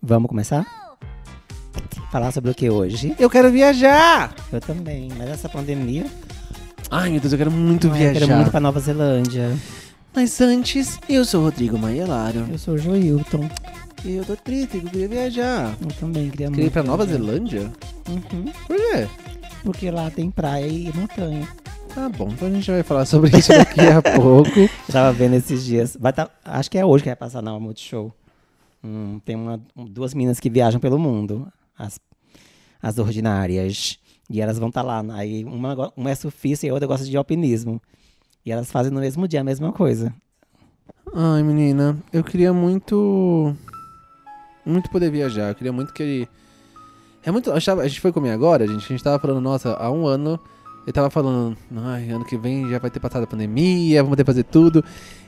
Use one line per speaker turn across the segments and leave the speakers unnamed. Vamos começar? Falar sobre o que hoje?
Eu quero viajar!
Eu também, mas essa pandemia.
Ai, meu Deus, eu quero muito
ai,
é viajar.
Eu quero muito pra Nova Zelândia.
Mas antes, eu sou o Rodrigo Maielaro.
Eu sou o Joilton.
E eu tô triste, eu queria viajar.
Eu também queria muito.
Queria ir pra Nova
viajar.
Zelândia?
Uhum,
Por quê?
porque lá tem praia e montanha.
Tá bom, então a gente vai falar sobre isso daqui a pouco.
Eu tava vendo esses dias. Vai tá, acho que é hoje que vai passar na Multishow. Hum, tem uma, um- duas meninas que viajam pelo mundo, as, as ordinárias. E elas vão estar lá. Aí uma, go- uma é surfista e a outra gosta de alpinismo. E elas fazem no mesmo dia a mesma coisa.
Ai, menina, eu queria muito. Muito poder viajar. Eu queria muito que. É muito. eu achava- A gente foi comer agora, gente. A gente tava falando, nossa, há um ano. Eu tava falando, ai, ano que vem já vai ter passado a pandemia, vamos poder fazer tudo.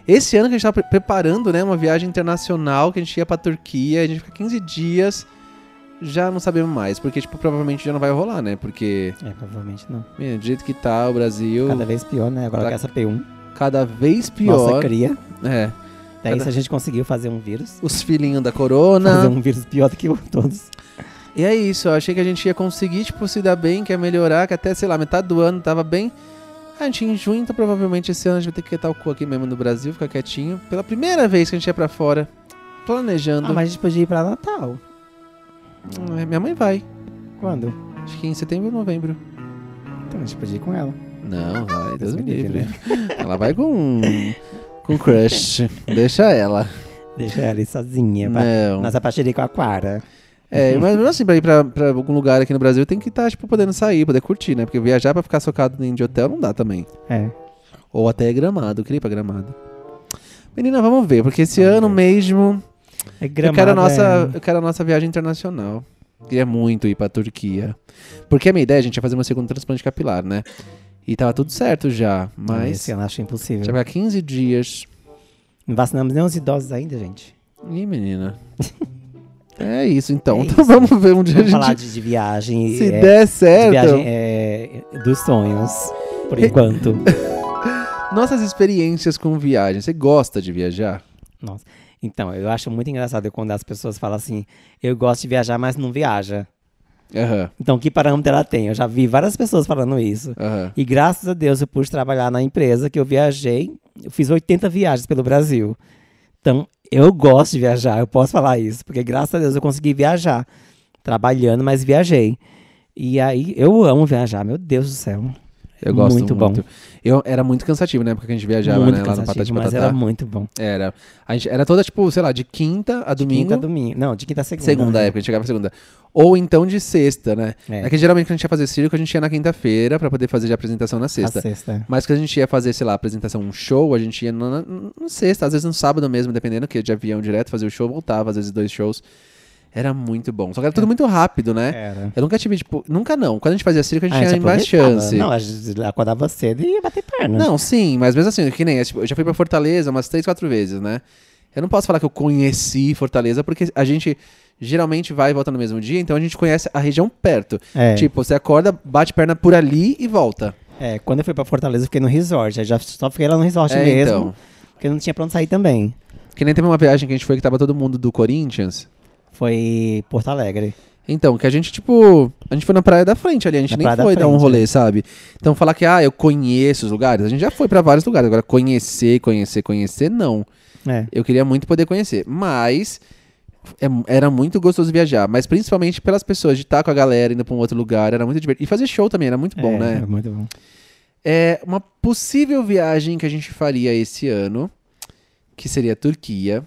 Esse ano que a gente tava pre- preparando, né, uma viagem internacional que a gente ia pra Turquia, a gente fica 15 dias, já não sabemos mais, porque, tipo, provavelmente já não vai rolar, né? Porque,
É, provavelmente não.
menina, do jeito que tá o Brasil,
Cada
cada,
vez pior, né? Agora
Tá-
com essa P1.
vez
Nossa,
pior.
cria.
é,
Daí
Cada-
se a gente conseguiu fazer um vírus.
os filhinhos da corona.
Fazer um vírus pior do que o- todos.
E é isso, eu achei que a gente ia conseguir, tipo, se dar bem, que ia melhorar, que até, sei lá, metade do ano tava bem. A gente em junho, então provavelmente esse ano a gente vai ter que quietar o cu aqui mesmo no Brasil, ficar quietinho. Pela primeira vez que a gente ia pra fora, planejando.
Ah, mas a gente podia ir pra Natal.
É, Minha mãe vai,
Quando?
acho que em setembro ou novembro.
Então a gente podia ir com ela.
Não, vai,
Deus me livre,
Ela vai com. com crush. Deixa ela.
Deixa ela ir sozinha. pra-
Não.
Nossa parceria com a Quara.
É, mas mesmo assim, pra ir pra, pra algum lugar aqui no Brasil, tem que estar, tipo, podendo sair, poder curtir, né? Porque viajar pra ficar socado dentro de hotel não dá também.
É.
Ou até gramado, eu queria ir pra gramado. Menina, vamos ver, porque esse
Vamos
ano
ver.
mesmo
É
eu, quero a
Gramado,
nossa,
é-
eu quero a nossa viagem internacional. Queria muito ir pra Turquia. Porque a minha ideia, a gente, é fazer uma segunda transplante capilar, né? E tava tudo certo já, mas.
Esse eu acho impossível.
Já vai 15 dias.
Não vacinamos nem os idosos ainda, gente.
Ih, menina. é isso então.
É
então vamos ver onde
Vamos
a
falar
gente.
de, de viagem.
Se
é,
der então.
de
certo.
viagem é, dos sonhos. Por enquanto. é.
Nossas experiências com viagem. Você gosta de viajar?
Nossa. Então, eu acho muito engraçado quando as pessoas falam assim: eu gosto de viajar, mas não viaja.
Aham,
Então, que parâmetro ela tem? Eu já vi várias pessoas falando isso.
aham.
E graças a Deus eu pude trabalhar na empresa que eu viajei. Eu fiz 80 viagens pelo Brasil. Então, eu gosto de viajar, eu posso falar isso, porque graças a Deus eu consegui viajar. Trabalhando, mas viajei. E aí, eu amo viajar, meu Deus do céu.
Eu gosto
Muito
muito.
bom.
Eu, era muito cansativo na época que a gente viajava,
muito
né? Lá no
cansativo,
Patati
mas
Patatá.
era muito bom.
Era. A gente era toda, tipo, sei lá, de quinta a domingo.
Quinta a domingo. Não, de quinta a segunda.
Segunda
né?
época, a gente chegava na segunda. Ou então de sexta, né?
É.
É, que geralmente quando a gente ia fazer circo, a gente ia na quinta-feira pra poder fazer de apresentação na
A
é sexta.
sexta.
Mas quando a gente ia fazer, sei lá, apresentação, um show, a gente ia na, na, na sexta, às vezes no sábado mesmo, dependendo, que de avião direto, fazer o show, voltava, às vezes dois shows. Era muito bom. Só que
É.
era tudo muito rápido, né?
Era.
Eu nunca tive, tipo, nunca não. Quando a gente fazia circo, a gente
Ah, a gente
tinha mais
aproveitava.
chance.
Não, a gente acordava cedo e ia bater perna.
Não, sim, mas mesmo assim, que nem, tipo, eu já fui pra Fortaleza umas três, quatro vezes, né? Eu não posso falar que eu conheci Fortaleza, porque a gente geralmente vai e volta no mesmo dia, então a gente conhece a região perto.
É.
Tipo, você acorda, bate perna por ali e volta.
É, quando eu fui pra Fortaleza, eu fiquei no resort. Aí já só fiquei lá no resort
É,
mesmo.
então.
Porque não tinha pra onde sair também.
Que nem teve uma viagem que a gente foi que tava todo mundo do Corinthians.
Foi Porto Alegre.
Então, que a gente, tipo, a gente foi na praia da frente ali, a gente
Na
nem
praia da
foi dar um
frente, é.
rolê, sabe? Então falar que, ah, eu conheço os lugares, a gente já foi pra vários lugares. Agora, conhecer, conhecer, conhecer, não.
É.
Eu queria muito poder conhecer, mas é- era muito gostoso viajar, mas principalmente pelas pessoas de estar com a galera indo pra um outro lugar, era muito divertido. E fazer show também era muito bom,
é,
né?
é muito bom.
É uma possível viagem que a gente faria esse ano, que seria a Turquia.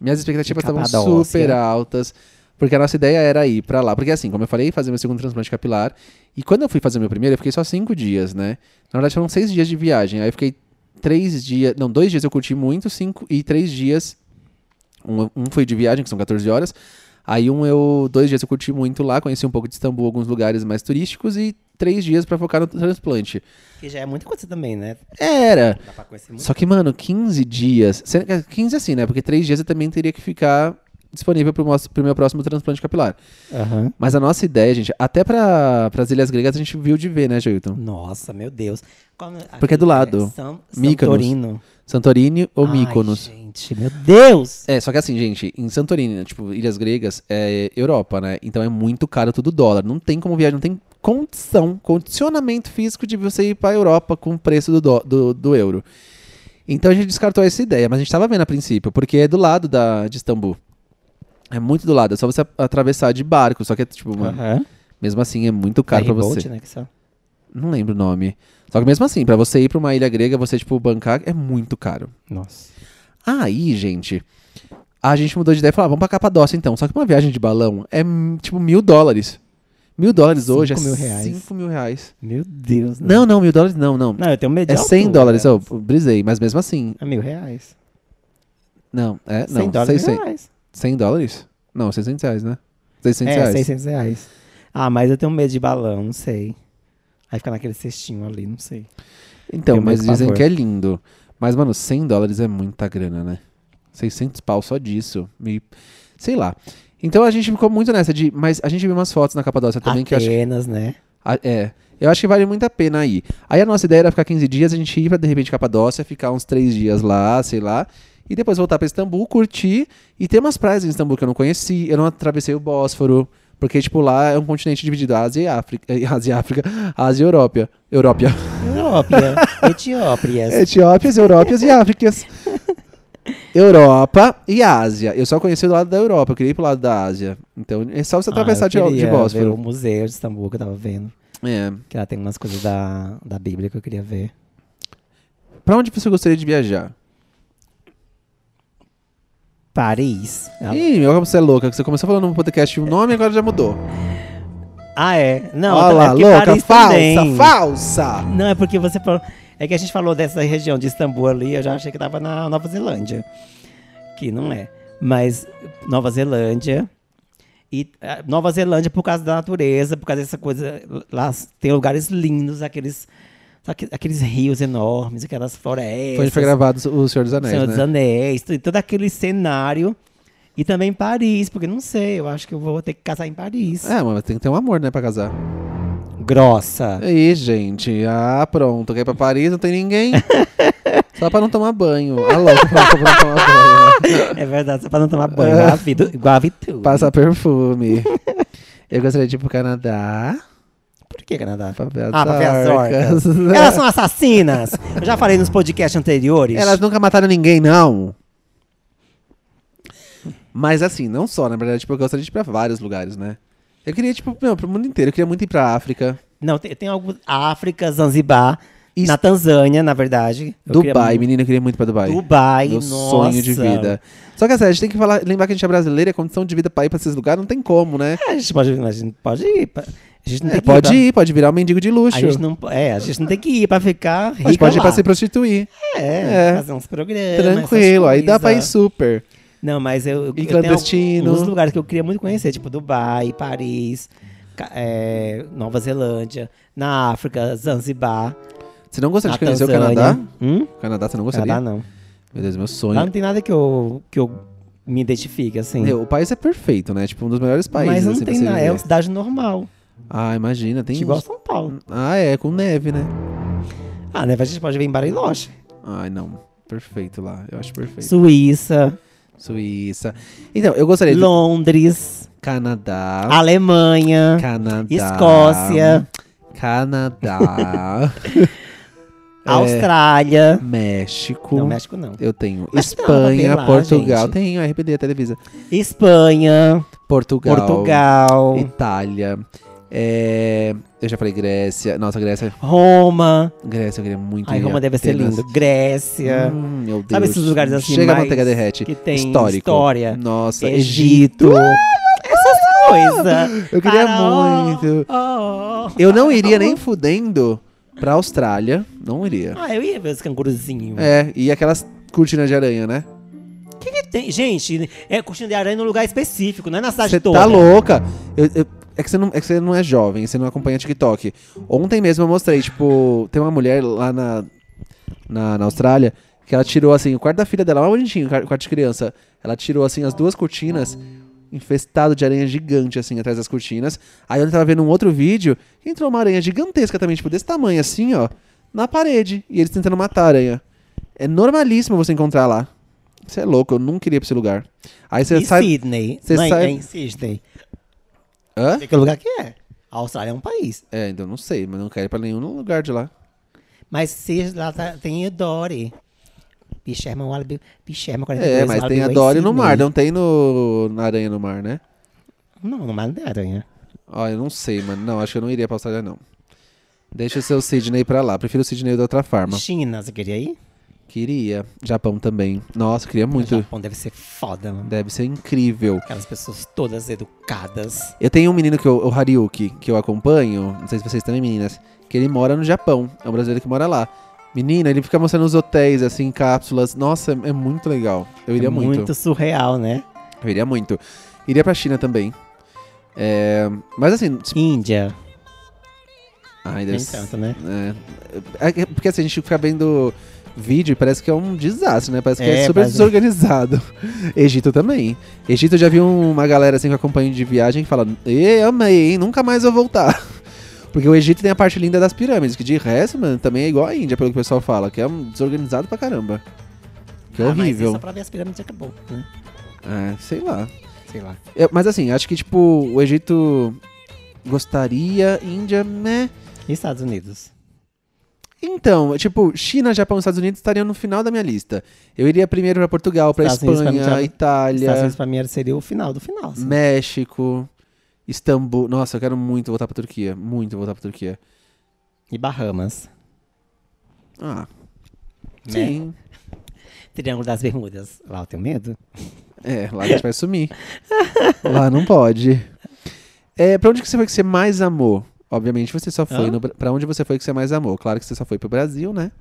Minhas expectativas estavam
Capadócia.
super altas, porque a nossa ideia era ir pra lá, porque assim, como eu falei, fazer meu segundo transplante capilar, e quando eu fui fazer meu primeiro, eu fiquei só cinco dias, né? Na verdade foram seis dias de viagem, aí eu fiquei três dias, não, dois dias eu curti muito, cinco e três dias, um, um foi de viagem, que são 14 horas, aí um eu, dois dias eu curti muito lá, conheci um pouco de Istambul, alguns lugares mais turísticos, e três dias pra focar no transplante.
Que já é muita coisa também, né?
Era,
Dá pra conhecer muito.
só que, mano, 15 dias. sendo que 15 assim, né? Porque 3 dias eu também teria que ficar disponível pro, nosso, pro meu próximo transplante capilar.
Aham.
Mas a nossa ideia, gente, até pra, pras Ilhas Gregas a gente viu de ver, né, Joilton?
Nossa, meu Deus. Qual-
Porque é do lado.
São, São
Mykonos.
Torino.
Santorini ou
Ai,
Mykonos?
gente. gente. Meu Deus!
É, só que assim, gente, em Santorini, né, tipo, Ilhas Gregas, é Europa, né? Então é muito caro tudo dólar. Não tem como viajar, não tem condição, condicionamento físico de você ir pra Europa com o preço do, dó- do, do euro. Então a gente descartou essa ideia, mas a gente tava vendo a princípio, porque é do lado da, de Istambul. É muito do lado, é só você a- atravessar de barco, só que é tipo, mano,
Aham.
mesmo assim é muito caro pra
Ferryboat,
você.
né, que só-
Não lembro o nome. Só que mesmo assim, pra você ir pra uma ilha grega, você, tipo, bancar, é muito caro.
Nossa.
Aí, gente, a gente mudou de ideia e falou, ah, vamos pra Capadócia então. Só que uma viagem de balão é, hum, tipo, mil dólares. Mil dólares hoje é
Cinco mil reais.
cinco mil reais.
Meu Deus. né?
Não, não, mil dólares não, não.
Não, eu tenho medo de
É 100
altura. né?
dólares, eu brisei, mas mesmo assim,
É mil reais.
não, é, não,
100 dólares, mil
600,
reais.
100 dólares? Não, 600 reais, né? 600
É,
reais.
600 reais. Ah, mas eu tenho medo de balão, não sei. Aí fica naquele cestinho ali, não sei.
Então,
Tem
mas
muito
dizem
pavor.
que é lindo. Mas, mano, 100 dólares é muita grana, né? 600 pau só disso. Me- Sei lá. Então a gente ficou muito nessa de. Mas a gente viu umas fotos na Capadócia também que eu acho.
Atenas, né?
a- É. Eu acho que vale muito a pena ir. Aí a nossa ideia era ficar 15 dias, a gente ir pra, de repente, Capadócia, ficar uns 3 dias lá, sei lá. E depois voltar pra Istambul, curtir. E tem umas praias em Istambul que eu não conheci. Eu não atravessei o Bósforo. Porque, tipo, lá é um continente dividido. Ásia e África. Ásia e África. Ásia e Europa. Europa.
Etiópia.
É,
Etiópias.
Etiópias, Europinhas e Áfricas. Europa e Ásia. Eu só conheci o lado da Europa, eu queria ir pro lado da Ásia. Então é só você atravessar
Ah, eu
de, de
queria ver o
Bósforo.
museu de Istambul que eu tava vendo.
É.
Que lá tem umas coisas da, da Bíblia que eu queria ver.
Pra onde você gostaria de viajar?
Paris. Ah,
Ih, meu, como você é louca, que você começou falando no podcast o nome e agora já mudou.
Ah, é. Não,
Olha
é
lá,
porque
louca,
Paris
falsa,
também.
falsa!
Não, é porque você falou. É que a gente falou dessa região de Istambul ali, eu já achei que tava na Nova Zelândia. Que não é. Mas Nova Zelândia. E ah, Nova Zelândia por causa da natureza, por causa dessa coisa. Lá tem lugares lindos, aqueles, sabe, aqueles rios enormes, aquelas florestas.
Foi onde foi gravado o Senhor dos Anéis,
Senhor
né?
dos Anéis, tu- todo aquele cenário. E também Paris, porque não sei, eu acho que eu vou ter que casar em Paris.
É, mas tem que ter um amor, né, pra casar.
Grossa.
Aí, gente, ah, pronto. Quer ir pra Paris, não tem ninguém. só pra não tomar banho. Ah, louca, só pra não tomar banho.
É verdade, só pra não tomar banho. Igual a vida- Igual a Vitu.
Passa perfume. Eu gostaria de ir pro Canadá.
Por que Canadá?
Pra ver as
Ah, pra ver as
orcas.
Elas são assassinas. Eu já falei nos podcasts anteriores.
Elas nunca mataram ninguém, não. Mas assim, não só, na verdade, tipo, eu gostaria de ir pra vários lugares, né? Eu queria, tipo, meu, pro mundo inteiro. Eu queria muito ir pra África,
Não, tem, tem alguns. África, Zanzibar.
Isso.
Na Tanzânia, na verdade. Eu
Dubai,
queria-
menina, eu queria muito pra Dubai.
Dubai,
Meu
nossa.
sonho de vida. Só que assim, a gente tem que falar, lembrar que a gente é brasileiro e a condição de vida pra ir pra esses lugares não tem como, né?
É, a gente pode, a gente pode ir. pra- A gente não tem que
Pode
É, ir.
ir, pode virar um mendigo de
pra-
luxo.
A gente não, é, a gente não tem que ir pra ficar rica
Mas pode ir
lá.
pra se prostituir.
É,
É.
fazer uns programas.
Tranquilo,
essas
aí dá pra ir
coisas.
super.
Não, mas eu, eu
E
eu
clandestino.
tenho alguns lugares que eu queria muito conhecer, tipo Dubai, Paris, Ca- é, Nova Zelândia, na África, Zanzibar,
Você não gostaria
na
de conhecer o
Tanzânia.
Canadá?
Hum?
Canadá, você não gostaria?
Canadá não.
Meu Deus, meu
Lá
sonho.
não tem nada que eu, que eu me identifique, assim.
Meu, o país é perfeito, né? Tipo, um dos melhores países.
mas não
assim, pra
tem
se
nada, é
viver.
uma cidade normal,
Ah, imagina, tem.
igual
uns-
São Paulo.
Ah, é, com neve, né?
Ah, né, a gente pode ver em Bariloche,
Ai, não. Perfeito lá, eu acho perfeito.
Suíça,
Suíça. Então, eu gostaria de.
Londres,
Canadá.
Ah. Alemanha,
Canadá.
Escócia,
Canadá. É,
Austrália. hum?
México.
Não, México não.
Eu tenho.
Mas dá pra
Espanha,
ver lá,
Portugal.
gente.
Tenho RBD, a Televisa.
Espanha,
Portugal.
Portugal,
Itália. É, Eu já falei Grécia. Nossa, Grécia.
Roma.
Grécia, eu queria muito
Ai,
ir
Roma
a
deve ser
Atenas.
lindo. Grécia.
Hum, meu Deus.
Sabe esses lugares assim
Chega a
mais
manteiga derrete.
que tem
Histórico.
história? É
Nossa,
Egito. Ah, Essas coisas.
Eu queria
Faraó.
muito.
Oh.
Eu não iria nem fudendo pra Austrália. Não iria.
Ah, eu ia ver os canguruzinhos.
É, e aquelas cortinas de aranha, né?
Tem- gente, é cortina de aranha num lugar específico, não é na cidade
Você
toda.
tá louca? Eu- eu- é, que você não, é que você não é jovem, você não acompanha TikTok. Ontem mesmo eu mostrei, tipo, tem uma mulher lá na, na, na Austrália que ela tirou assim, o quarto da filha dela, lá bonitinho, o quarto de criança. Ela tirou assim as duas cortinas, infestado de aranha gigante, assim, atrás das cortinas. Aí eu tava vendo um outro vídeo, entrou uma aranha gigantesca também, tipo, desse tamanho assim, ó, na parede. E eles tentando matar a aranha. É normalíssimo você encontrar lá. Você é louco, eu nunca iria pra esse lugar. Aí você
e
sai.
Sydney.
você
não é-
sai-
é em Sydney.
Hã?
Sei que lugar que é. A Austrália é um país.
É, então não sei, mas não quero ir pra nenhum lugar de lá.
Mas Sydney lá tá- tem a Dory. Picherman, Wallaby. Picherman, 42.
É, mas tem a
Wallaby,
Dory no
Sydney.
mar, né? não tem no na aranha no mar, né?
Não, no mar não tem aranha.
Ó, eu não sei, mano. Não, acho que eu não iria pra Austrália, não. Deixa o seu Sidney pra lá. Prefiro o Sidney da outra forma.
China, você queria ir?
Queria. Japão também. Nossa, queria
O
muito.
Japão deve ser foda, mano.
Deve ser incrível.
Aquelas pessoas todas educadas.
Eu tenho um menino que eu, o Hariuki, que eu acompanho, não sei se vocês também, meninas, que ele mora no Japão. É um brasileiro que mora lá. Menina, ele fica mostrando os hotéis, assim, cápsulas. Nossa, é muito legal. Eu iria
É
muito.
Muito surreal, né?
Eu iria muito. Iria pra China também. É, Mas assim. se-
Índia,
Ai,
nem
Deus.
tanto, né?
É, é porque assim, a gente fica vendo vídeo e parece que é um desastre, né? Parece que
É,
é, super
parece-
desorganizado. Egito também. Egito eu já vi uma galera assim que acompanha de viagem que fala: Ê, amei, hein? Nunca mais vou voltar. Porque o Egito tem a parte linda das pirâmides, que de resto, mano, também é igual a Índia, pelo que o pessoal fala, que é um desorganizado pra caramba. Que é
Ah, mas é
horrível.
só pra ver as pirâmides e acabou, né?
É, sei lá.
Sei lá.
É, mas assim, acho que tipo, o Egito gostaria, Índia, né?
E Estados Unidos?
Então, tipo, China, Japão e Estados Unidos estariam no final da minha lista. Eu iria primeiro pra Portugal, pra
Estados Unidos, pra
Espanha,
mim, já- né?
Itália,
Estados Unidos pra mim era- seria o final do final. assim.
México, Istambul. Nossa, eu quero muito voltar pra Turquia. Muito voltar pra Turquia.
E Bahamas.
Ah,
Né?
sim.
Triângulo das Bermudas. Lá eu tenho medo.
É, lá a gente vai sumir. lá não pode. É, pra onde que você foi que você mais amou? Obviamente você só foi.
Hã?
No, Bra- pra onde você foi que você mais amou? Claro que você só foi pro Brasil, né?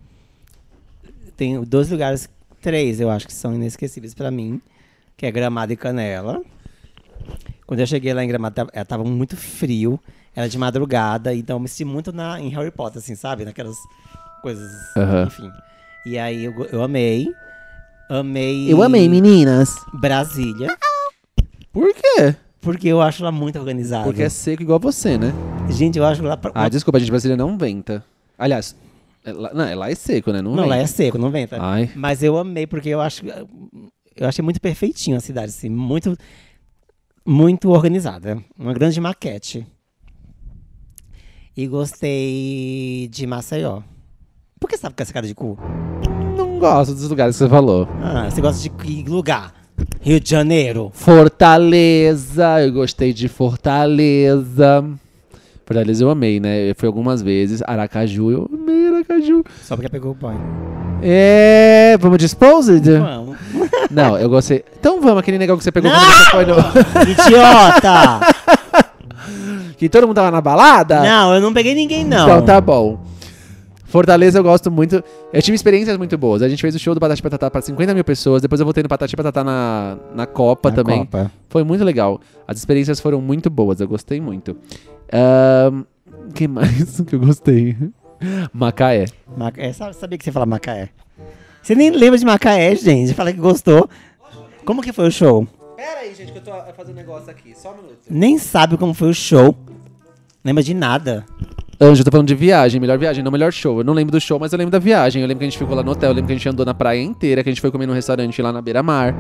Tem dois lugares, três eu acho que são inesquecíveis pra mim, que é Gramado e Canela. Quando eu cheguei lá em Gramado, tava, eh, tava muito frio, era de madrugada, então eu me senti muito na, em Harry Potter, assim, sabe? Naquelas coisas,
Aham.
enfim. E aí eu, go- eu amei, amei...
meninas.
Brasília,
Por quê?
porque eu acho lá muito organizado.
Porque é seco igual você, né?
Gente, eu acho lá... pra-
Ah, desculpa, gente, Brasília não venta. Aliás, é lá- não, é lá é seco, né? Não,
Não,
venta.
lá é seco, não venta.
Ai.
Mas eu amei, porque eu acho. Eu achei muito perfeitinho a cidade, assim, muito, muito organizada. Uma grande maquete. E gostei de Maceió. Por que você tá com essa cara de cu?
Não gosto dos lugares que você falou.
Ah, você gosta de que lugar? Rio de Janeiro.
Fortaleza, eu gostei de Fortaleza. Fortaleza eu amei, né? Eu fui algumas vezes. Aracaju, eu amei Aracaju.
Só porque pegou o banho.
É, vamos de Exposed?
Vamos.
Não, eu gostei. Então vamos, aquele negócio que você pegou quando você foi no...
Idiota!
que todo mundo tava na balada?
não, eu não peguei ninguém, não.
Então tá bom. Fortaleza eu gosto muito. Eu tive experiências muito boas. A gente fez o show do Patati Patatá pra 50 mil pessoas. Depois eu voltei no Patati Patatá na, na Copa
Na
também.
Copa.
Foi muito legal. As experiências foram muito boas. Eu gostei muito. Ahn, que mais que eu gostei? Macaé.
Macaé. Sabe- Sabia que você fala Macaé. Você nem lembra de Macaé, gente. Fala que gostou. Como que foi o show?
Pera aí, gente, que eu tô fazendo negócio aqui. Só um minuto.
Nem sabe como foi o show. Lembra de nada.
Anjo, eu tô falando de viagem. Melhor viagem, não melhor show. Eu não lembro do show, mas eu lembro da viagem. Eu lembro que a gente ficou lá no hotel. Eu lembro que a gente andou na praia inteira. Que a gente foi comer num restaurante lá na beira-mar.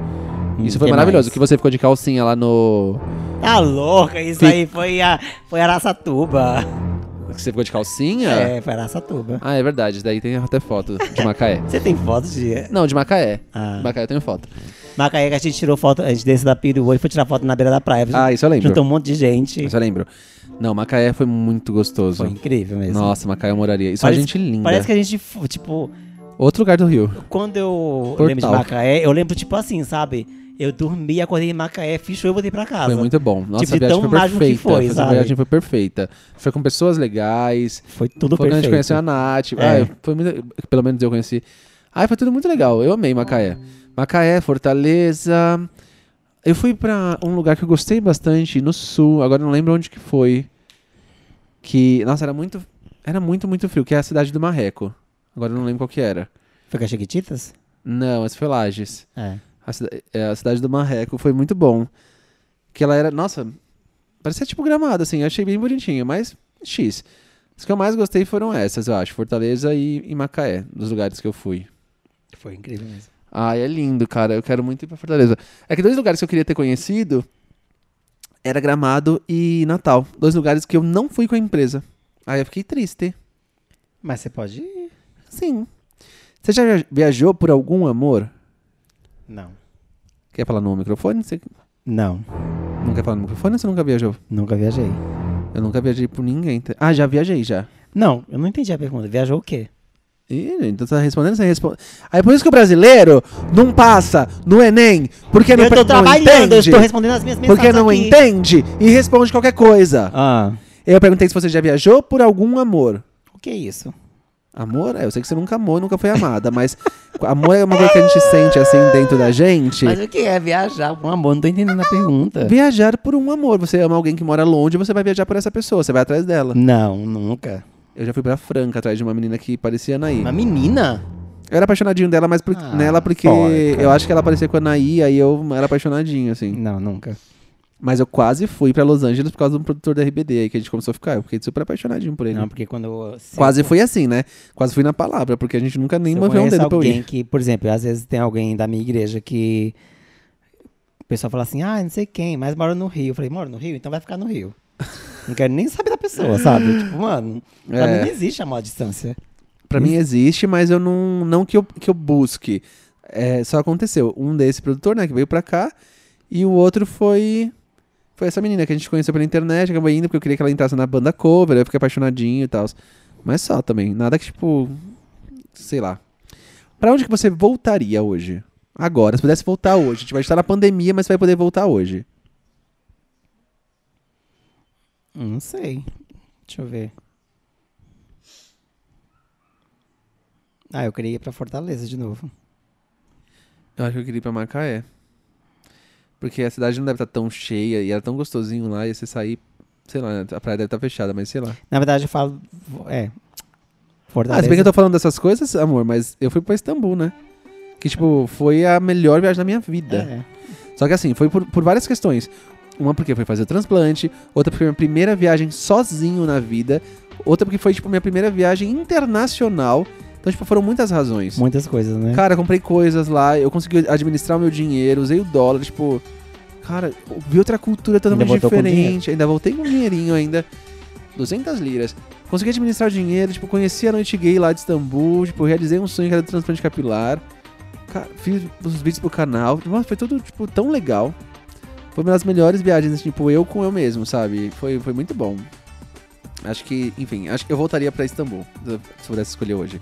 Isso
Hum,
foi
que
maravilhoso.
mais?
Que você ficou de calcinha lá no...
Tá louca, isso aí foi a foi Araçatuba.
Que você ficou de calcinha?
É, foi Araçatuba.
Ah, é verdade. Daí tem até foto de Macaé.
Você tem foto de
Não, de Macaé.
Ah.
De Macaé eu tenho foto.
Macaé que a gente tirou foto, a gente desceu da perua e foi tirar foto na beira da praia.
Ah, isso eu lembro.
Juntou um monte de gente.
Mas eu lembro. Não, Macaé foi muito gostoso.
Foi incrível mesmo.
Nossa, Macaé eu moraria. Isso
Parece-
é gente linda.
Parece que a gente, fu- tipo,
Outro lugar do Rio.
quando eu
Portal.
lembro de Macaé, eu lembro, tipo assim, sabe? Eu dormi, acordei em Macaé, fiz show e voltei pra casa.
Foi muito bom. Nossa,
Tipo,
a viagem
tão
foi
mágico que
perfeita.
foi,
Essa
sabe?
viagem foi perfeita. Foi com pessoas legais.
Foi tudo
foi quando a gente
perfeito.
conheceu a Nath.
É.
Ai, foi muito- pelo menos eu conheci. Ai, foi tudo muito legal. Eu amei Macaé. Macaé, Fortaleza. Eu fui pra um lugar que eu gostei bastante, no sul. Agora eu não lembro onde que foi. Que, nossa, era muito, era muito, muito frio. Que é a cidade do Marreco. Agora eu não lembro qual que era.
Foi com a Chiquititas?
Não, essa foi Lages.
É.
A, cida- é, a cidade do Marreco foi muito bom. Que ela era, nossa, parecia tipo gramado, assim, eu achei bem bonitinho, mas X. As que eu mais gostei foram essas, eu acho, Fortaleza e, e Macaé, dos lugares que eu fui.
Foi incrível mesmo.
Ah, é lindo, cara. Eu quero muito ir pra Fortaleza. É que dois lugares que eu queria ter conhecido era Gramado e Natal. Dois lugares que eu não fui com a empresa. Aí eu fiquei triste.
Mas você pode ir.
Sim. Você já viajou por algum amor?
Não.
Quer falar no microfone? Você
Não.
não quer falar no microfone ou você nunca viajou?
Nunca viajei.
Eu nunca viajei por ninguém. tá? Ah, já viajei, já.
Não, eu não entendi a pergunta. Viajou o quê?
Ih, então tá respondendo sem responder. Aí é por isso que o brasileiro não passa no Enem, porque não,
eu tô
não
trabalhando, eu
entende,
estou respondendo as minhas mensagens
porque não
aqui.
entende e responde qualquer coisa.
Ah,
Eu perguntei se você já viajou por algum amor.
o que é isso?
Amor? É, eu sei que você nunca amou, nunca foi amada, mas amor é uma coisa que a gente sente assim dentro da gente.
Mas o que é viajar? Bom, amor, não tô entendendo a pergunta.
Viajar por um amor. Você ama alguém que mora longe, você vai viajar por essa pessoa, você vai atrás dela.
Não, nunca.
Eu já fui pra Franca atrás de uma menina que parecia Anaí.
Uma menina?
Eu era apaixonadinho dela, mas por-
Ah,
nela porque
porca.
eu acho que ela parecia com a Anaí, aí eu era apaixonadinho, assim.
Não, nunca.
Mas eu quase fui pra Los Angeles por causa de um produtor da RBD, aí que a gente começou a ficar. Eu fiquei super apaixonadinho por ele.
Não, porque quando. eu- se
quase foi assim, né? Quase fui na palavra, porque a gente nunca nem
eu
moveu um
conheço
dedo pra eu
alguém
ir.
que, por exemplo, às vezes tem alguém da minha igreja que. O pessoal fala assim, ah, não sei quem, mas mora no Rio. Eu falei, mora no Rio? Então vai ficar no Rio. não quero nem saber da pessoa, sabe? Tipo, mano, pra
É.
mim não existe amor à distância.
Pra mim existe, mas eu não. Não que eu, que eu busque. É, só aconteceu. Um desse produtor, né, que veio pra cá, e o outro foi. Foi essa menina que a gente conheceu pela internet, acabou indo, porque eu queria que ela entrasse na banda cover, aí eu fiquei apaixonadinho e tal. Mas só também. Nada que, tipo. Sei lá. Pra onde que você voltaria hoje? Agora, se pudesse voltar hoje. Tipo, A gente vai estar na pandemia, mas você vai poder voltar hoje.
Hum, Não sei. Deixa eu ver. Ah, eu queria ir pra Fortaleza de novo.
Eu acho que eu queria ir pra Macaé. Porque a cidade não deve estar tão cheia e era tão gostosinho lá, e você sair, sei lá, a praia deve estar fechada, mas sei lá.
Na verdade, eu falo. É.
Ah,
Fortaleza.
se bem que eu tô falando dessas coisas, amor, mas eu fui pra Istambul, né? Que, tipo, foi a melhor viagem da minha vida.
É.
Só que assim, foi por, por várias questões. Uma porque foi fazer o transplante, outra porque foi minha primeira viagem sozinho na vida, outra porque foi, tipo, minha primeira viagem internacional. Então, tipo, foram muitas razões.
Muitas coisas, né?
Cara, eu comprei coisas lá, eu consegui administrar o meu dinheiro, usei o dólar, tipo. Cara, eu vi outra cultura totalmente
voltou com
diferente. Ainda voltei com um dinheirinho ainda. 200 liras. Consegui administrar o dinheiro, tipo, conheci a noite gay lá de Istambul, tipo, realizei um sonho que era do transplante capilar. Cara, fiz os vídeos pro canal. Nossa, foi tudo, tipo, tão legal. Foi uma das melhores viagens, tipo, eu com eu mesmo, sabe? Foi, foi muito bom. Acho que, enfim, acho que eu voltaria pra Istambul, se pudesse escolher hoje.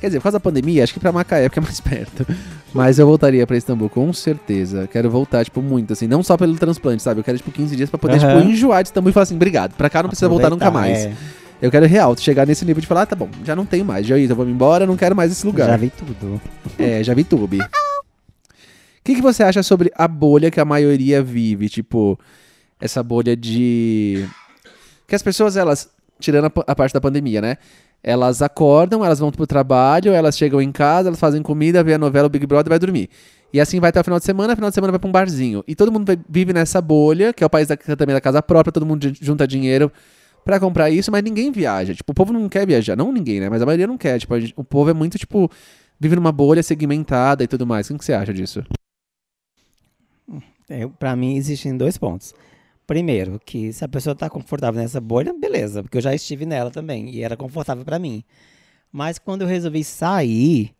Quer dizer, por causa da pandemia, acho que pra Macaé, porque é mais perto. Mas eu voltaria pra Istambul, com certeza. Quero voltar, tipo, muito, assim. Não só pelo transplante, sabe? Eu quero, tipo, 15 dias pra poder,
Aham.
tipo, enjoar de Istambul e falar assim, obrigado. Pra cá não precisa voltar nunca mais.
Aproveitar, é.
Eu quero, real, chegar nesse nível de falar, ah, tá bom, já não tenho mais. Já isso, eu vou me embora, não quero mais esse
é.
lugar.
Já vi tudo.
É, já vi tube. O que, que você acha sobre a bolha que a maioria vive? Tipo, essa bolha de. Que as pessoas, elas. Tirando a, pa- a parte da pandemia, né? Elas acordam, elas vão pro trabalho, elas chegam em casa, elas fazem comida, vê a novela, o Big Brother e vai dormir. E assim vai até o final de semana, final de semana vai pra um barzinho. E todo mundo vai- vive nessa bolha, que é o país da, também da casa própria, todo mundo ju- junta dinheiro pra comprar isso, mas ninguém viaja. Tipo, o povo não quer viajar. Não ninguém, né? Mas a maioria não quer. Tipo, a gente- o povo é muito, tipo, vive numa bolha segmentada e tudo mais. O que você acha disso?
É, pra mim, existem dois pontos. Primeiro, que se a pessoa tá confortável nessa bolha, beleza, porque eu já estive nela também e era confortável pra mim. Mas quando eu resolvi sair,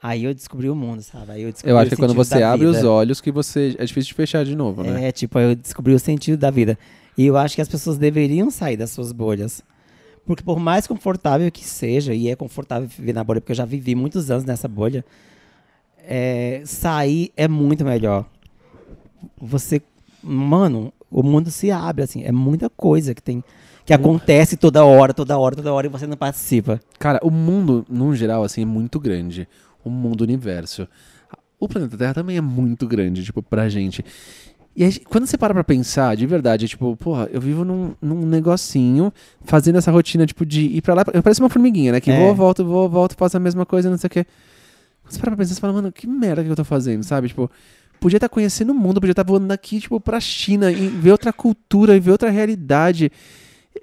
aí eu descobri o mundo, sabe? Aí eu descobri
Eu
o
acho que quando
sentido
você
da
abre
vida.
os olhos que você é difícil de fechar de novo, né?
É, tipo, eu descobri o sentido da vida. E eu acho que as pessoas deveriam sair das suas bolhas. Porque por mais confortável que seja, e é confortável viver na bolha, porque eu já vivi muitos anos nessa bolha, é, sair é muito melhor. Você, mano, o mundo se abre, assim, é muita coisa que tem, que
Hum.
acontece toda hora, toda hora, toda hora, e você não participa.
Cara, o mundo, num geral, assim, é muito grande. O mundo, o universo. O planeta Terra também é muito grande, tipo, pra gente. E aí, quando você para pra pensar, de verdade, é tipo, porra, eu vivo num, num negocinho, fazendo essa rotina, tipo, de ir pra lá. Eu pareço uma formiguinha, né? Que
É.
vou, volto, vou, volto, faço a mesma coisa, não sei o quê. Quando você para pra pensar, você fala, mano, que merda que eu tô fazendo, sabe? Tipo, podia estar conhecendo o mundo, podia estar voando daqui, tipo, pra China e ver outra cultura e ver outra realidade.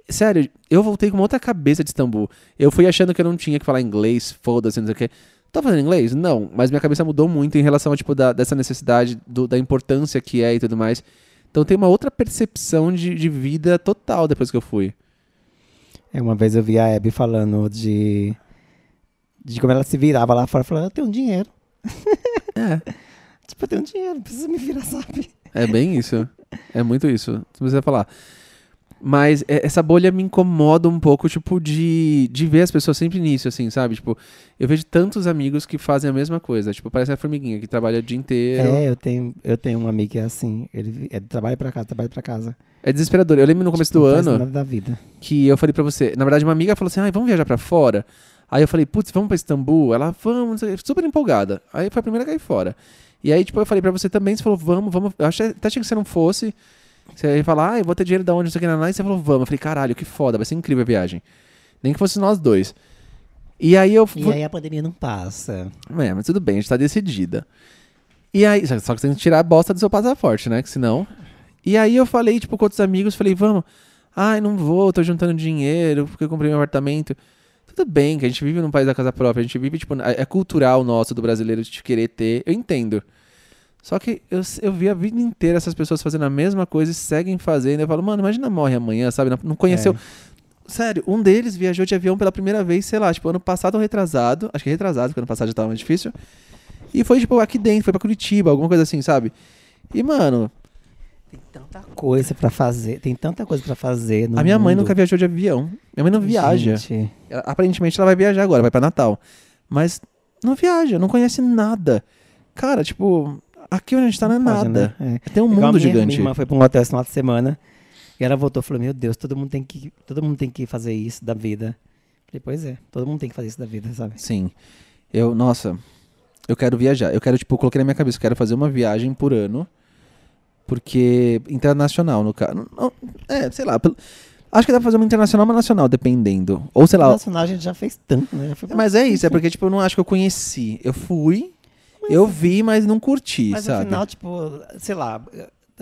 Sério, eu voltei com uma outra cabeça de Istambul. Eu fui achando que eu não tinha que falar inglês, foda-se, não sei o quê. Tô fazendo inglês? Não, mas minha cabeça mudou muito em relação a, tipo, da- dessa necessidade, do- da importância que é e tudo mais. Então tem uma outra percepção de, de vida total depois que eu fui.
É, uma vez eu vi a Abby falando de. De como ela se virava lá fora, falando, eu tenho dinheiro.
É.
Tipo, eu tenho dinheiro, não precisa me virar, sabe?
É bem isso. É muito isso. Não precisa falar. Mas é- essa bolha me incomoda um pouco, tipo, de, de ver as pessoas sempre nisso, assim, sabe? Tipo, eu vejo tantos amigos que fazem a mesma coisa. Tipo, parece a formiguinha que trabalha o dia inteiro.
É, eu tenho, eu tenho um amigo que é assim, ele vi- é, trabalha pra casa, trabalha pra casa.
É desesperador. Eu lembro no começo do
não faz
ano.
nada da vida.
que eu falei pra você. Na verdade, uma amiga falou assim: ai, vamos viajar pra fora. Aí eu falei, putz, vamos pra Istambul? Ela, vamos, não sei o quê, super empolgada. Aí foi a primeira que eu caí fora. E aí, tipo, eu falei pra você também, você falou, vamos, vamos. Eu achei, até achei que você não fosse. Você ia falar, ah, eu vou ter dinheiro da onde, não sei o que, lá, e você falou, vamos. Eu falei, caralho, que foda, vai ser incrível a viagem. Nem que fosse nós dois. E aí eu
E
fui-
aí a pandemia não passa.
é, mas tudo bem, a gente tá decidida. E aí, só- só que você tem que tirar a bosta do seu passaporte, né? Que senão. E aí eu falei, tipo, com outros amigos, falei, vamos. Ai, não vou, tô juntando dinheiro, porque eu comprei meu apartamento. Tudo bem, que a gente vive num país da casa própria, a gente vive, tipo, é é cultural nosso do brasileiro de querer ter, eu entendo. Só que eu, eu vi a vida inteira essas pessoas fazendo a mesma coisa e seguem fazendo. Eu falo, mano, imagina morre amanhã, sabe? Não- Não conheceu. Sério, um deles viajou de avião pela primeira vez, sei lá, tipo, ano passado ou retrasado. Acho que é retrasado, porque ano passado já tava mais difícil. E foi, tipo, aqui dentro, foi pra Curitiba, alguma coisa assim, sabe? E, mano,
Tem tanta coisa pra fazer, tem tanta coisa pra fazer no
a minha mãe
mundo.
nunca viajou de avião. Minha mãe não viaja.
Gente,
Ela- aparentemente ela vai viajar agora, vai pra Natal. Mas não viaja, não conhece nada. Cara, tipo, aqui onde a gente tá não é
pode,
nada.
né? É.
Tem um
Igual a
mundo
minha,
gigante.
Minha irmã foi pra um hotel esse final de semana e ela voltou e falou: Meu Deus, todo mundo tem que, todo mundo tem que fazer isso da vida. Falei, pois é, todo mundo tem que fazer isso da vida, sabe?
Sim. Eu, nossa, eu quero viajar. Eu quero, tipo, eu coloquei na minha cabeça, eu quero fazer uma viagem por ano. Porque. Internacional, no caso. É, sei lá. pelo- Acho que dá pra fazer uma internacional, uma nacional, dependendo. Ou sei lá.
Internacional a gente já fez tanto, né? Já foi pra-
Mas é isso, é porque, tipo, eu não acho que eu conheci. Eu fui, eu vi, mas não curti,
Mas no
sabe?
final, tipo, sei lá,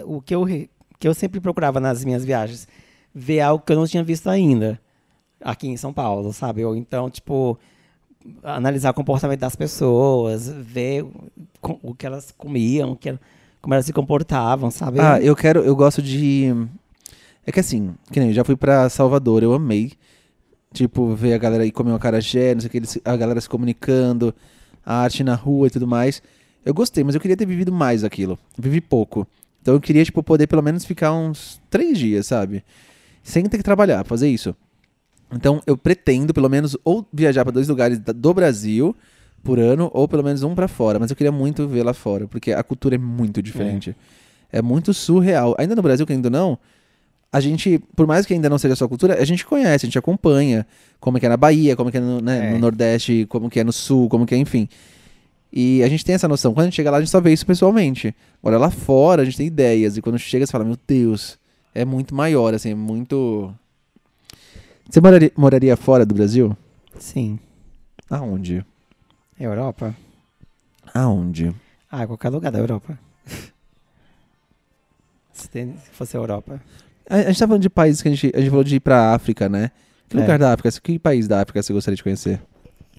o que eu, re- que eu sempre procurava nas minhas viagens, ver algo que eu não tinha visto ainda aqui em São Paulo, sabe? Ou então, tipo, analisar o comportamento das pessoas, ver co- o que elas comiam, o que el- como elas se comportavam, sabe?
Ah, eu quero, eu gosto de. É que assim, que nem eu já fui pra Salvador, eu amei. Tipo, ver a galera aí comer uma carajé, não sei o que, eles- a galera se comunicando, a arte na rua e tudo mais. Eu gostei, mas eu queria ter vivido mais aquilo. Vivi pouco. Então eu queria, tipo, poder pelo menos ficar uns três dias, sabe? Sem ter que trabalhar, fazer isso. Então eu pretendo, pelo menos, ou viajar pra dois lugares da- do Brasil por ano, ou pelo menos um pra fora. Mas eu queria muito ver lá fora, porque a cultura é muito diferente. É, muito surreal. Ainda no Brasil, querendo ou não, a gente, por mais que ainda não seja a sua cultura, a gente conhece, a gente acompanha como é que é na Bahia, como é que é no, né,
É.
no Nordeste, como que é no Sul, como que é, enfim. E a gente tem essa noção. Quando a gente chega lá, a gente só vê isso pessoalmente. Agora lá fora, a gente tem ideias. E quando chega, você fala, meu Deus, é muito maior, assim, é muito. Você moraria, moraria fora do Brasil?
Sim.
Aonde?
Europa?
Aonde?
Ah, qualquer lugar da Europa. se, tem- se fosse Europa.
A, a gente tá falando de países que a gente, a gente falou de ir pra África, né? Que
É.
lugar da África? Que país da África você gostaria de conhecer?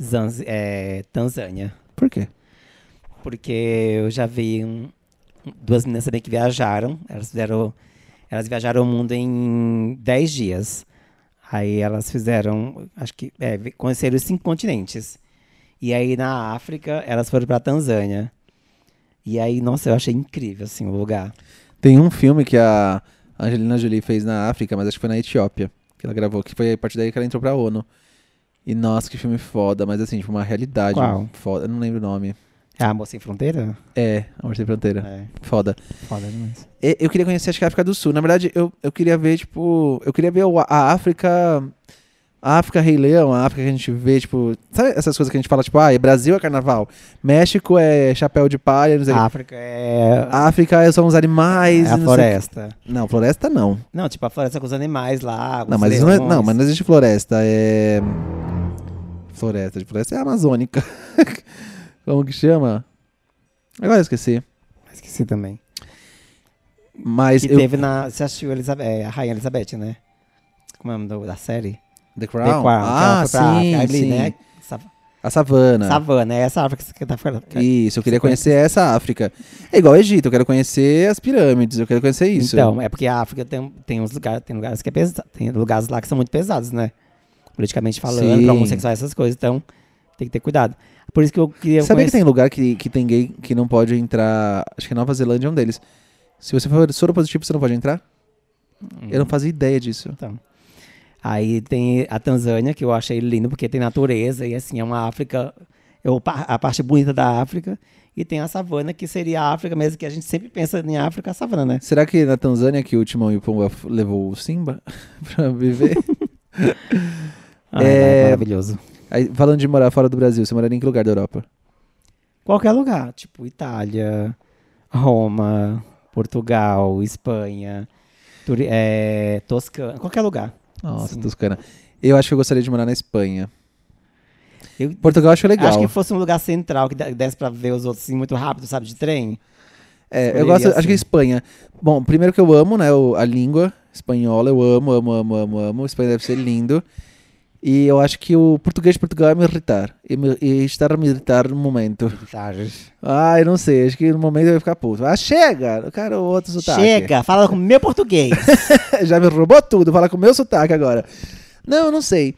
Zanz, é, Tanzânia.
Por quê?
Porque eu já vi um- duas meninas também que viajaram. Elas fizeram. Elas viajaram o mundo em 10 dias. Aí elas fizeram, acho que, é, vi- conheceram os cinco continentes. E aí na África, elas foram pra Tanzânia. E aí, nossa, eu achei incrível, assim, o lugar.
Tem um filme que a Angelina Jolie fez na África, mas acho que foi na Etiópia que ela gravou, que foi a partir daí que ela entrou pra ONU. E nossa, que filme foda, mas assim, tipo, uma realidade
Qual?
foda. Eu não lembro o nome.
É a Moça Sem Fronteira?
É, Amor Sem Fronteira.
É,
Foda.
foda demais.
E- Eu queria conhecer, acho que a África do Sul. Na verdade, eu, eu queria ver, tipo. Eu queria ver o- a África. A África Rei Leão, a África que a gente vê, tipo. Sabe essas coisas que a gente fala, tipo, ah, é Brasil é carnaval, México é chapéu de palha, não sei o
A
quê.
África é,
A África são os animais.
Ah. é a
não sei o quê.
floresta.
Não, floresta não.
Não, tipo, a floresta com os animais lá. com
Não
os
mas, isso não, é- não,
leões.
mas não existe floresta. É. Floresta. De floresta é amazônica. Como que chama? Agora eu esqueci.
Ah, Esqueci também.
é- Mas.
Que
eu-
teve na. Você assistiu Elizabeth, é, a Rainha Elizabeth, né? Como é o nome do- da série?
The
The Crown. que ela
Ah,
foi pra
sim,
África ali,
sim.
né? Sa-
A savana.
Savana, é essa África que você tá falando.
Isso, eu queria conhecer essa África. É igual ao Egito, eu quero conhecer as pirâmides, eu quero conhecer isso.
Então, é porque a África tem, tem uns lugares, tem lugares que é pesa, tem lugares lá que são muito pesados, né? Politicamente falando,
Sim.
pra homossexuais, essas coisas. Então, tem que ter cuidado. Por isso que eu queria
Sabia que
conhecer-
tem lugar que, que tem gay que não pode entrar? Acho que Nova Zelândia é um deles. Se você for soro positivo, você não pode entrar?
Hum.
Eu não fazia ideia disso.
Então. Aí tem a Tanzânia, que eu achei lindo, porque tem natureza, e assim, é uma África, é o pa- a parte bonita da África. E tem a savana, que seria a África mesmo, que a gente sempre pensa em África, a savana, né?
Será que na Tanzânia que o Timão e o Pumba f- levou o Simba pra viver?
Ah,
É.
é... Maravilhoso.
Aí, falando de morar fora do Brasil, você moraria em que lugar da Europa?
Qualquer lugar, tipo Itália, Roma, Portugal, Espanha, Turi- é, Toscana, qualquer lugar.
Nossa,
Sim.
Toscana. Eu acho que eu gostaria de morar na Espanha.
Eu
Portugal eu acho legal.
acho que fosse um lugar central, que de- desse pra ver os outros assim, muito rápido, sabe, de trem.
É, eu
Escolheria
gosto, acho
assim.
que é Espanha. Bom, primeiro que eu amo, né, o- a língua espanhola, eu amo, amo, amo, amo, amo. Espanha deve ser lindo. E eu acho que o português de Portugal é me irritar. E, me, e estar a me irritar no momento. Ah, eu não sei, acho que no momento eu ia ficar puto. Ah, chega! Eu quero outro sotaque.
Chega, fala com meu português.
Já me roubou tudo, fala com o meu sotaque agora. Não, eu não sei.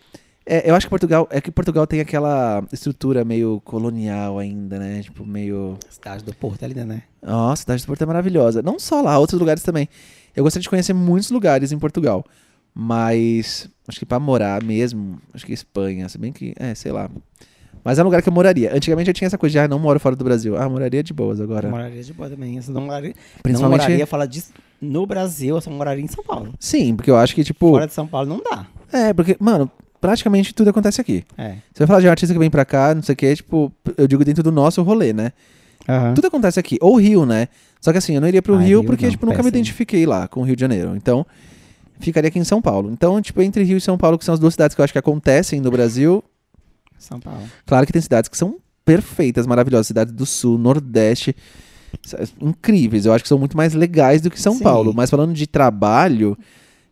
É, eu acho que Portugal, é que Portugal tem aquela estrutura meio colonial ainda, né? Tipo, meio...
Cidade do Porto ali, né?
Nossa, a cidade do Porto é maravilhosa. Não só lá, outros lugares também. Eu gostaria de conhecer muitos lugares em Portugal. Mas acho que pra morar mesmo, acho que Espanha, se bem que, é, sei lá. Mas é um lugar que eu moraria. Antigamente eu tinha essa coisa de, ah, não moro fora do Brasil. Ah, moraria de boas agora.
Moraria de boa também. Eu só não moraria,
Principalmente-
não moraria fala disso no Brasil, eu só moraria em São Paulo.
Sim, porque eu acho que, tipo.
Fora de São Paulo não dá.
É, porque, mano, praticamente tudo acontece aqui.
É.
Você vai falar de um artista que vem pra cá, não sei o quê, tipo, eu digo dentro do nosso rolê, né? Tudo acontece aqui. Ou Rio, né? Só que assim, eu não iria pro
Ah,
Rio
Rio
porque,
não,
tipo, nunca me
péssimo.
identifiquei lá com o Rio de Janeiro. Então, ficaria aqui em São Paulo. Então, tipo, entre Rio e São Paulo, que são as duas cidades que eu acho que acontecem no Brasil.
São Paulo.
Claro que tem cidades que são perfeitas, maravilhosas. Cidades do Sul, Nordeste. sa- Incríveis. Eu acho que são muito mais legais do que São
Sim.
Paulo. Mas falando de trabalho,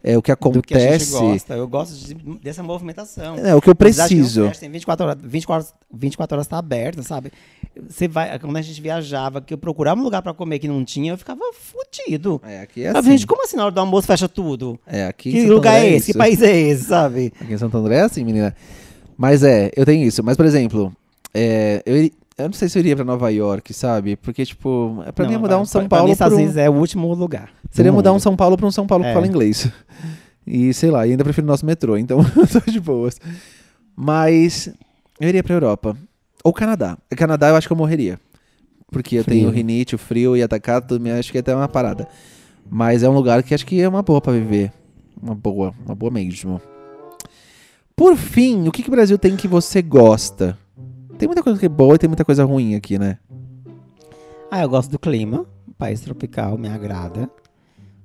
é o que
Do que a gente
acontece.
gosta. Eu gosto de- dessa movimentação.
é o que eu
A cidade
preciso.
Tem, um fest, tem 24 horas, 24, horas- 24 horas tá aberta, sabe? Você vai, quando a gente viajava, que eu procurava um lugar pra comer que não tinha, eu ficava fudido.
É, aqui é
Eu,
assim.
Gente, como assim na hora do almoço fecha tudo?
É, aqui em
Que
Santo
lugar
André
é esse? Que
isso.
país é esse, sabe?
Aqui em Santo André é assim, menina. Mas é, eu tenho isso. Mas, por exemplo, é, eu, iri- eu não sei se eu iria pra Nova York, sabe? Porque, tipo, é pra mim é
Não,
mudar um
pra-
São
pra
Paulo
mim,
pra
Estados
um...
Unidos é o último lugar. do
Seria mudar um
mundo.
São Paulo pra um São Paulo que
É.
fala inglês. E, sei lá, e ainda prefiro nosso metrô, então eu tô de boas. Mas eu iria pra Europa. Ou Canadá. Canadá eu acho que eu morreria. Porque eu
Frio.
tenho rinite, o frio e atacado, tudo, acho que é até uma parada. Mas é um lugar que acho que é uma boa pra viver. Uma boa, uma boa mesmo. Por fim, o que, que o Brasil tem que você gosta? Tem muita coisa que é boa e tem muita coisa ruim aqui, né?
Ah, eu gosto do clima. País tropical me agrada.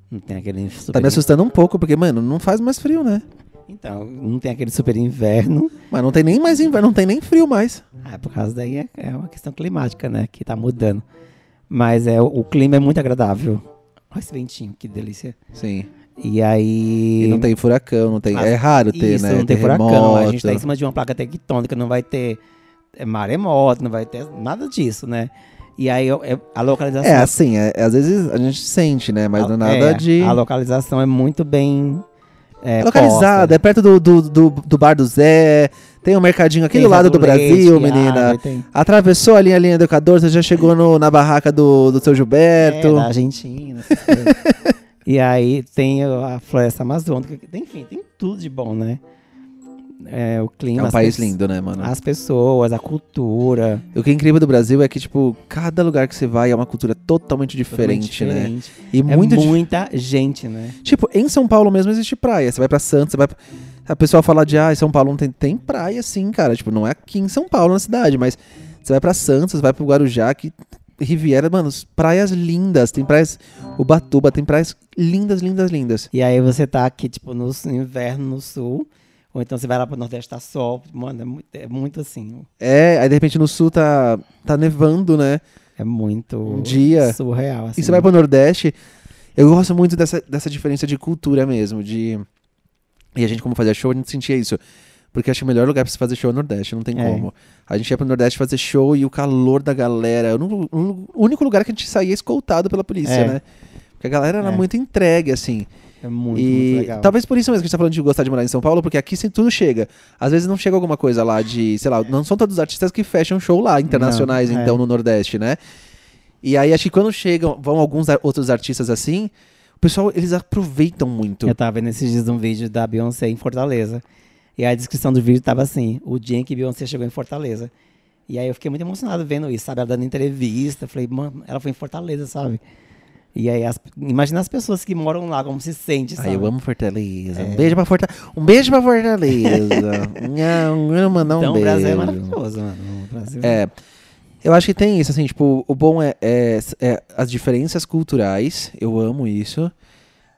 Não tem aquele super...
Tá me assustando um pouco, porque, mano, não faz mais frio, né?
Então, não tem aquele super inverno.
Mas não tem nem mais inverno, não tem nem frio mais.
Ah, por causa daí é, é uma questão climática, né? Que tá mudando. Mas é, o, o clima é muito agradável. Olha esse ventinho, que delícia.
Sim.
E aí...
E, não tem furacão, não tem.
Mas
é raro ter,
Isso,
né?
não tem
Terremoto.
furacão. A gente tá em cima de uma placa tectônica, não vai ter é, maremoto, não vai ter nada disso, né? E aí eu- é- a localização...
É assim, é- às vezes a gente sente, né? Mas não é
a-
nada
é,
de.
A localização é muito bem... É,
É localizado,
posta.
é perto do, do, do, do bar do Zé, tem um mercadinho aqui
Tem
do lado
Zé
do Brasil,
Leite,
menina.
ah, tem-
Atravessou ali a linha do Equador, você já chegou no- na barraca do, do seu
É,
Gilberto.
da Argentina. essas coisas. e aí tem a floresta amazônica. que tem- Enfim, tem tudo de bom, né? É, o
É,
clima.
um
as
país
pe-
lindo, né, mano?
As pessoas, a cultura.
O que é incrível do Brasil é que, tipo, cada lugar que você vai é uma cultura totalmente
totalmente
diferente, né?
diferente.
E
É
muito dif-
muita gente, né?
Tipo, em São Paulo mesmo existe praia. Você vai pra Santos, você vai. Pra... A pessoa fala de, ah, em São Paulo não tem. Tem praia sim, cara. Tipo, não é aqui em São Paulo, na cidade, mas você vai pra Santos, você vai pro Guarujá, que. Riviera, mano, praias lindas. Tem praias. Ubatuba, tem praias lindas, lindas, lindas.
E aí você tá aqui, tipo, no inverno, no sul. Ou então você vai lá pro Nordeste, tá sol. Mano, é muito, é muito assim.
É, aí de repente no sul tá, tá nevando, né?
É muito
Um dia.
surreal. Assim.
E você vai pro Nordeste. Eu gosto muito dessa, dessa diferença de cultura mesmo, de... E a gente, como fazia show, a gente sentia isso. Porque acho que o melhor lugar pra se fazer show é o Nordeste, não tem
É.
como. A gente ia pro Nordeste fazer show e o calor da galera. O nu- o único lugar que a gente saía escoltado pela polícia,
É.
né? Porque a galera era
É.
muito entregue, assim.
É muito,
e
muito legal.
talvez por isso mesmo que a gente tá falando de gostar de morar em São Paulo, porque aqui sim tudo chega. Às vezes não chega alguma coisa lá de, sei lá, não são todos os artistas que fecham show lá, internacionais,
Não, é.
então, no Nordeste, né? E aí acho que quando chegam, vão alguns ar- outros artistas assim, o pessoal, eles aproveitam muito.
Eu tava vendo esses dias um vídeo da Beyoncé em Fortaleza. E a descrição do vídeo tava assim: o dia em que Beyoncé chegou em Fortaleza. E aí eu fiquei muito emocionado vendo isso, sabe? Ela dando entrevista. eu Falei, mano, ela foi em Fortaleza, sabe? E aí, as- imagina as pessoas que moram lá, como se sente, sabe? É.
Ai, eu amo Fortaleza. Um beijo pra Fortaleza. Um beijo pra Fortaleza. não, eu mandar um
então, o
beijo.
Brasil é maravilhoso, mano. O Brasil
É. Eu acho que tem isso, assim, tipo, o bom é, é- é as diferenças culturais, eu amo isso.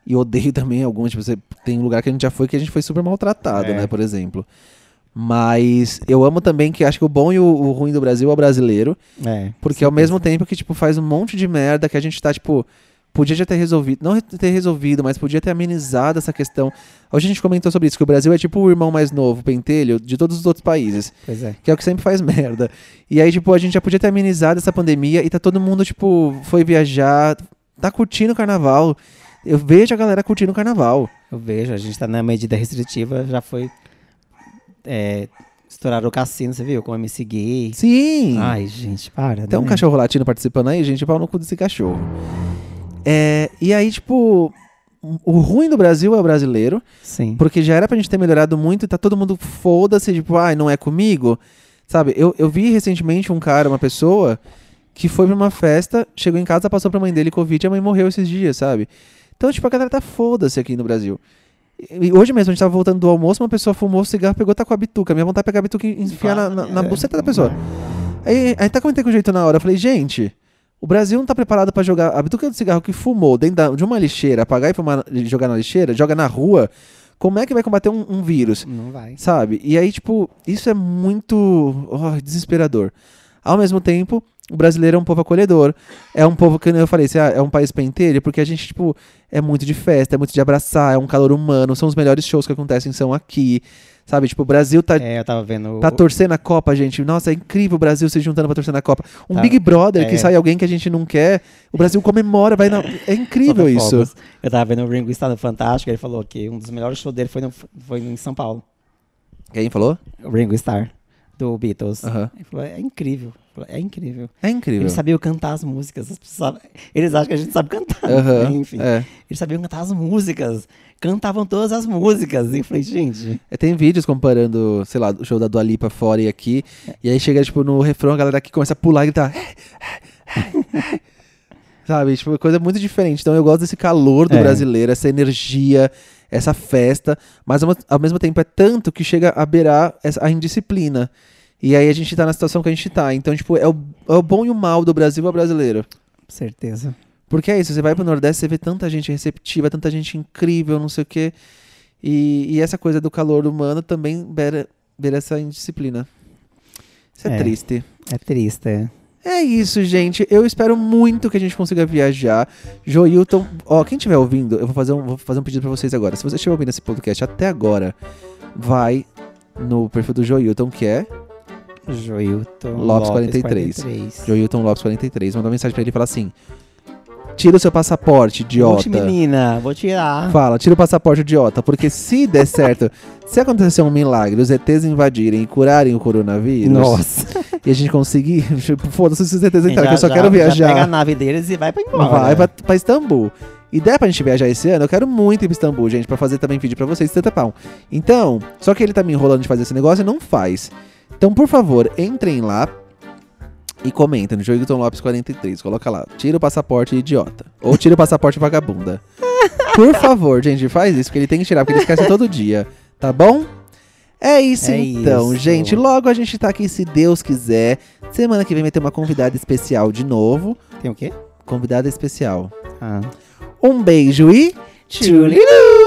E odeio também algumas, tipo, você- tem um lugar que a gente já foi que a gente foi super maltratado,
É.
né, por exemplo. Mas eu amo também que acho que o bom e o, o ruim do Brasil é o brasileiro,
é.
porque ao mesmo tempo que, tipo, faz um monte de merda que a gente tá, tipo, podia já ter resolvido, não ter resolvido, mas podia ter amenizado essa questão. Hoje a gente comentou sobre isso, que o Brasil é tipo o irmão mais novo, pentelho, de todos os outros países
Pois é.
que é o que sempre faz merda. E aí, tipo, a gente já podia ter amenizado essa pandemia e tá todo mundo, tipo, foi viajar, tá curtindo o carnaval. Eu vejo a galera curtindo o carnaval.
Eu vejo, a gente tá na medida restritiva, já foi. É, estouraram o cassino, você viu? Com o MC Gay.
Sim!
Ai, gente, para.
Tem um
né?
cachorro latino participando aí, gente, pau no cu desse cachorro. É, e aí, tipo, o ruim do Brasil é o brasileiro,
Sim.
porque já era pra gente ter melhorado muito e tá todo mundo foda-se, tipo, ai, não é comigo. Sabe, eu, eu vi recentemente um cara, uma pessoa, que foi pra uma festa, chegou em casa, passou pra mãe dele Covid e a mãe morreu esses dias, sabe? Então, tipo, a galera tá foda-se aqui no Brasil. E e hoje mesmo, a gente tava voltando do almoço, uma pessoa fumou cigarro, pegou, tá com a bituca. Minha vontade é pegar a bituca e enfiar na, na, na
É.
buceta da pessoa. Aí, aí tá comentei com o jeito na hora, eu falei, gente, o Brasil não tá preparado pra jogar a bituca de cigarro que fumou dentro da- de uma lixeira, apagar e fumar, jogar na lixeira, joga na rua. Como é que vai combater um- um vírus?
Não vai.
Sabe? E aí, tipo, isso é muito oh, desesperador. Ao mesmo tempo, o brasileiro é um povo acolhedor. É um povo que, como eu falei, assim, ah, é um país pentelho, porque a gente, tipo, é muito de festa, é muito de abraçar, é um calor humano, são os melhores shows que acontecem, são aqui. Sabe? Tipo, o Brasil tá,
É, eu tava vendo.
tá
o-
torcendo a Copa, gente. Nossa, é incrível o Brasil se juntando pra torcer na Copa. Um
Tá.
Big Brother que
É.
sai alguém que a gente não quer, o Brasil comemora, vai na... É incrível isso.
Focus. Eu tava vendo o Ringo Starr no Fantástico, ele falou que um dos melhores shows dele foi, no, foi em São Paulo.
Quem falou?
O Ringo Starr, do Beatles.
Aham.
Ele falou, é incrível. Ele falou, É incrível.
É incrível.
Eles sabiam cantar as músicas. as pessoas sabem- Eles acham que a gente sabe cantar. né?
Aham,
Enfim.
é.
Eles sabiam cantar as músicas. Cantavam todas as músicas. E eu falei, gente.
É, Tem vídeos comparando, sei lá, o show da Dua Lipa fora e aqui. E aí chega, tipo, no refrão, a galera aqui começa a pular e gritar. Sabe? Tipo, coisa muito diferente. Então eu gosto desse calor do
É.
brasileiro, essa energia, essa festa. Mas ao mes- ao mesmo tempo é tanto que chega a beirar essa- a indisciplina. E aí a gente tá na situação que a gente tá. Então, tipo, é o, é o bom e o mal do Brasil ao brasileiro.
Certeza.
Porque é isso, você vai pro Nordeste, você vê tanta gente receptiva, tanta gente incrível, não sei o quê. E, e essa coisa do calor humano também beira, beira essa indisciplina. Isso é,
É.
triste.
É triste. é.
É isso, gente. Eu espero muito que a gente consiga viajar. Joilton, ó, quem estiver ouvindo, eu vou fazer um, vou fazer um pedido pra vocês agora. Se você estiver ouvindo esse podcast até agora, vai no perfil do Joilton, que é
Joilton.
Lopes 43. Joilton Lopes 43. Manda uma mensagem pra ele e fala assim: Tira o seu passaporte, idiota.
Volte, menina. Vou tirar.
Ah. Fala, tira o passaporte idiota, porque se der certo, se acontecer um milagre, os ETs invadirem e curarem o coronavírus,
Nossa.
e a gente conseguir, tipo, foda-se se os ETs entrarem, que eu só
Já-
quero
já-
viajar.
Já pega a nave deles e vai né? pra embora.
Vai pra, pra Istambul. E der pra gente viajar esse ano, eu quero muito ir pra Istambul, gente, pra fazer também vídeo pra vocês, tanta pau. Então, só que ele tá me enrolando de fazer esse negócio e não faz. Então, por favor, entrem lá e comentem no Joguilton Lopes 43. Coloca lá, tira o passaporte idiota. Ou tira o passaporte vagabunda. Por favor, gente, faz isso, porque ele tem que tirar, porque ele esquece todo dia. Tá bom? É isso
É
então,
isso.
gente. Logo a gente tá aqui, se Deus quiser. Semana que vem vai ter uma convidada especial de novo.
Tem o quê?
Convidada especial.
Ah.
Um beijo e.
Tchululu!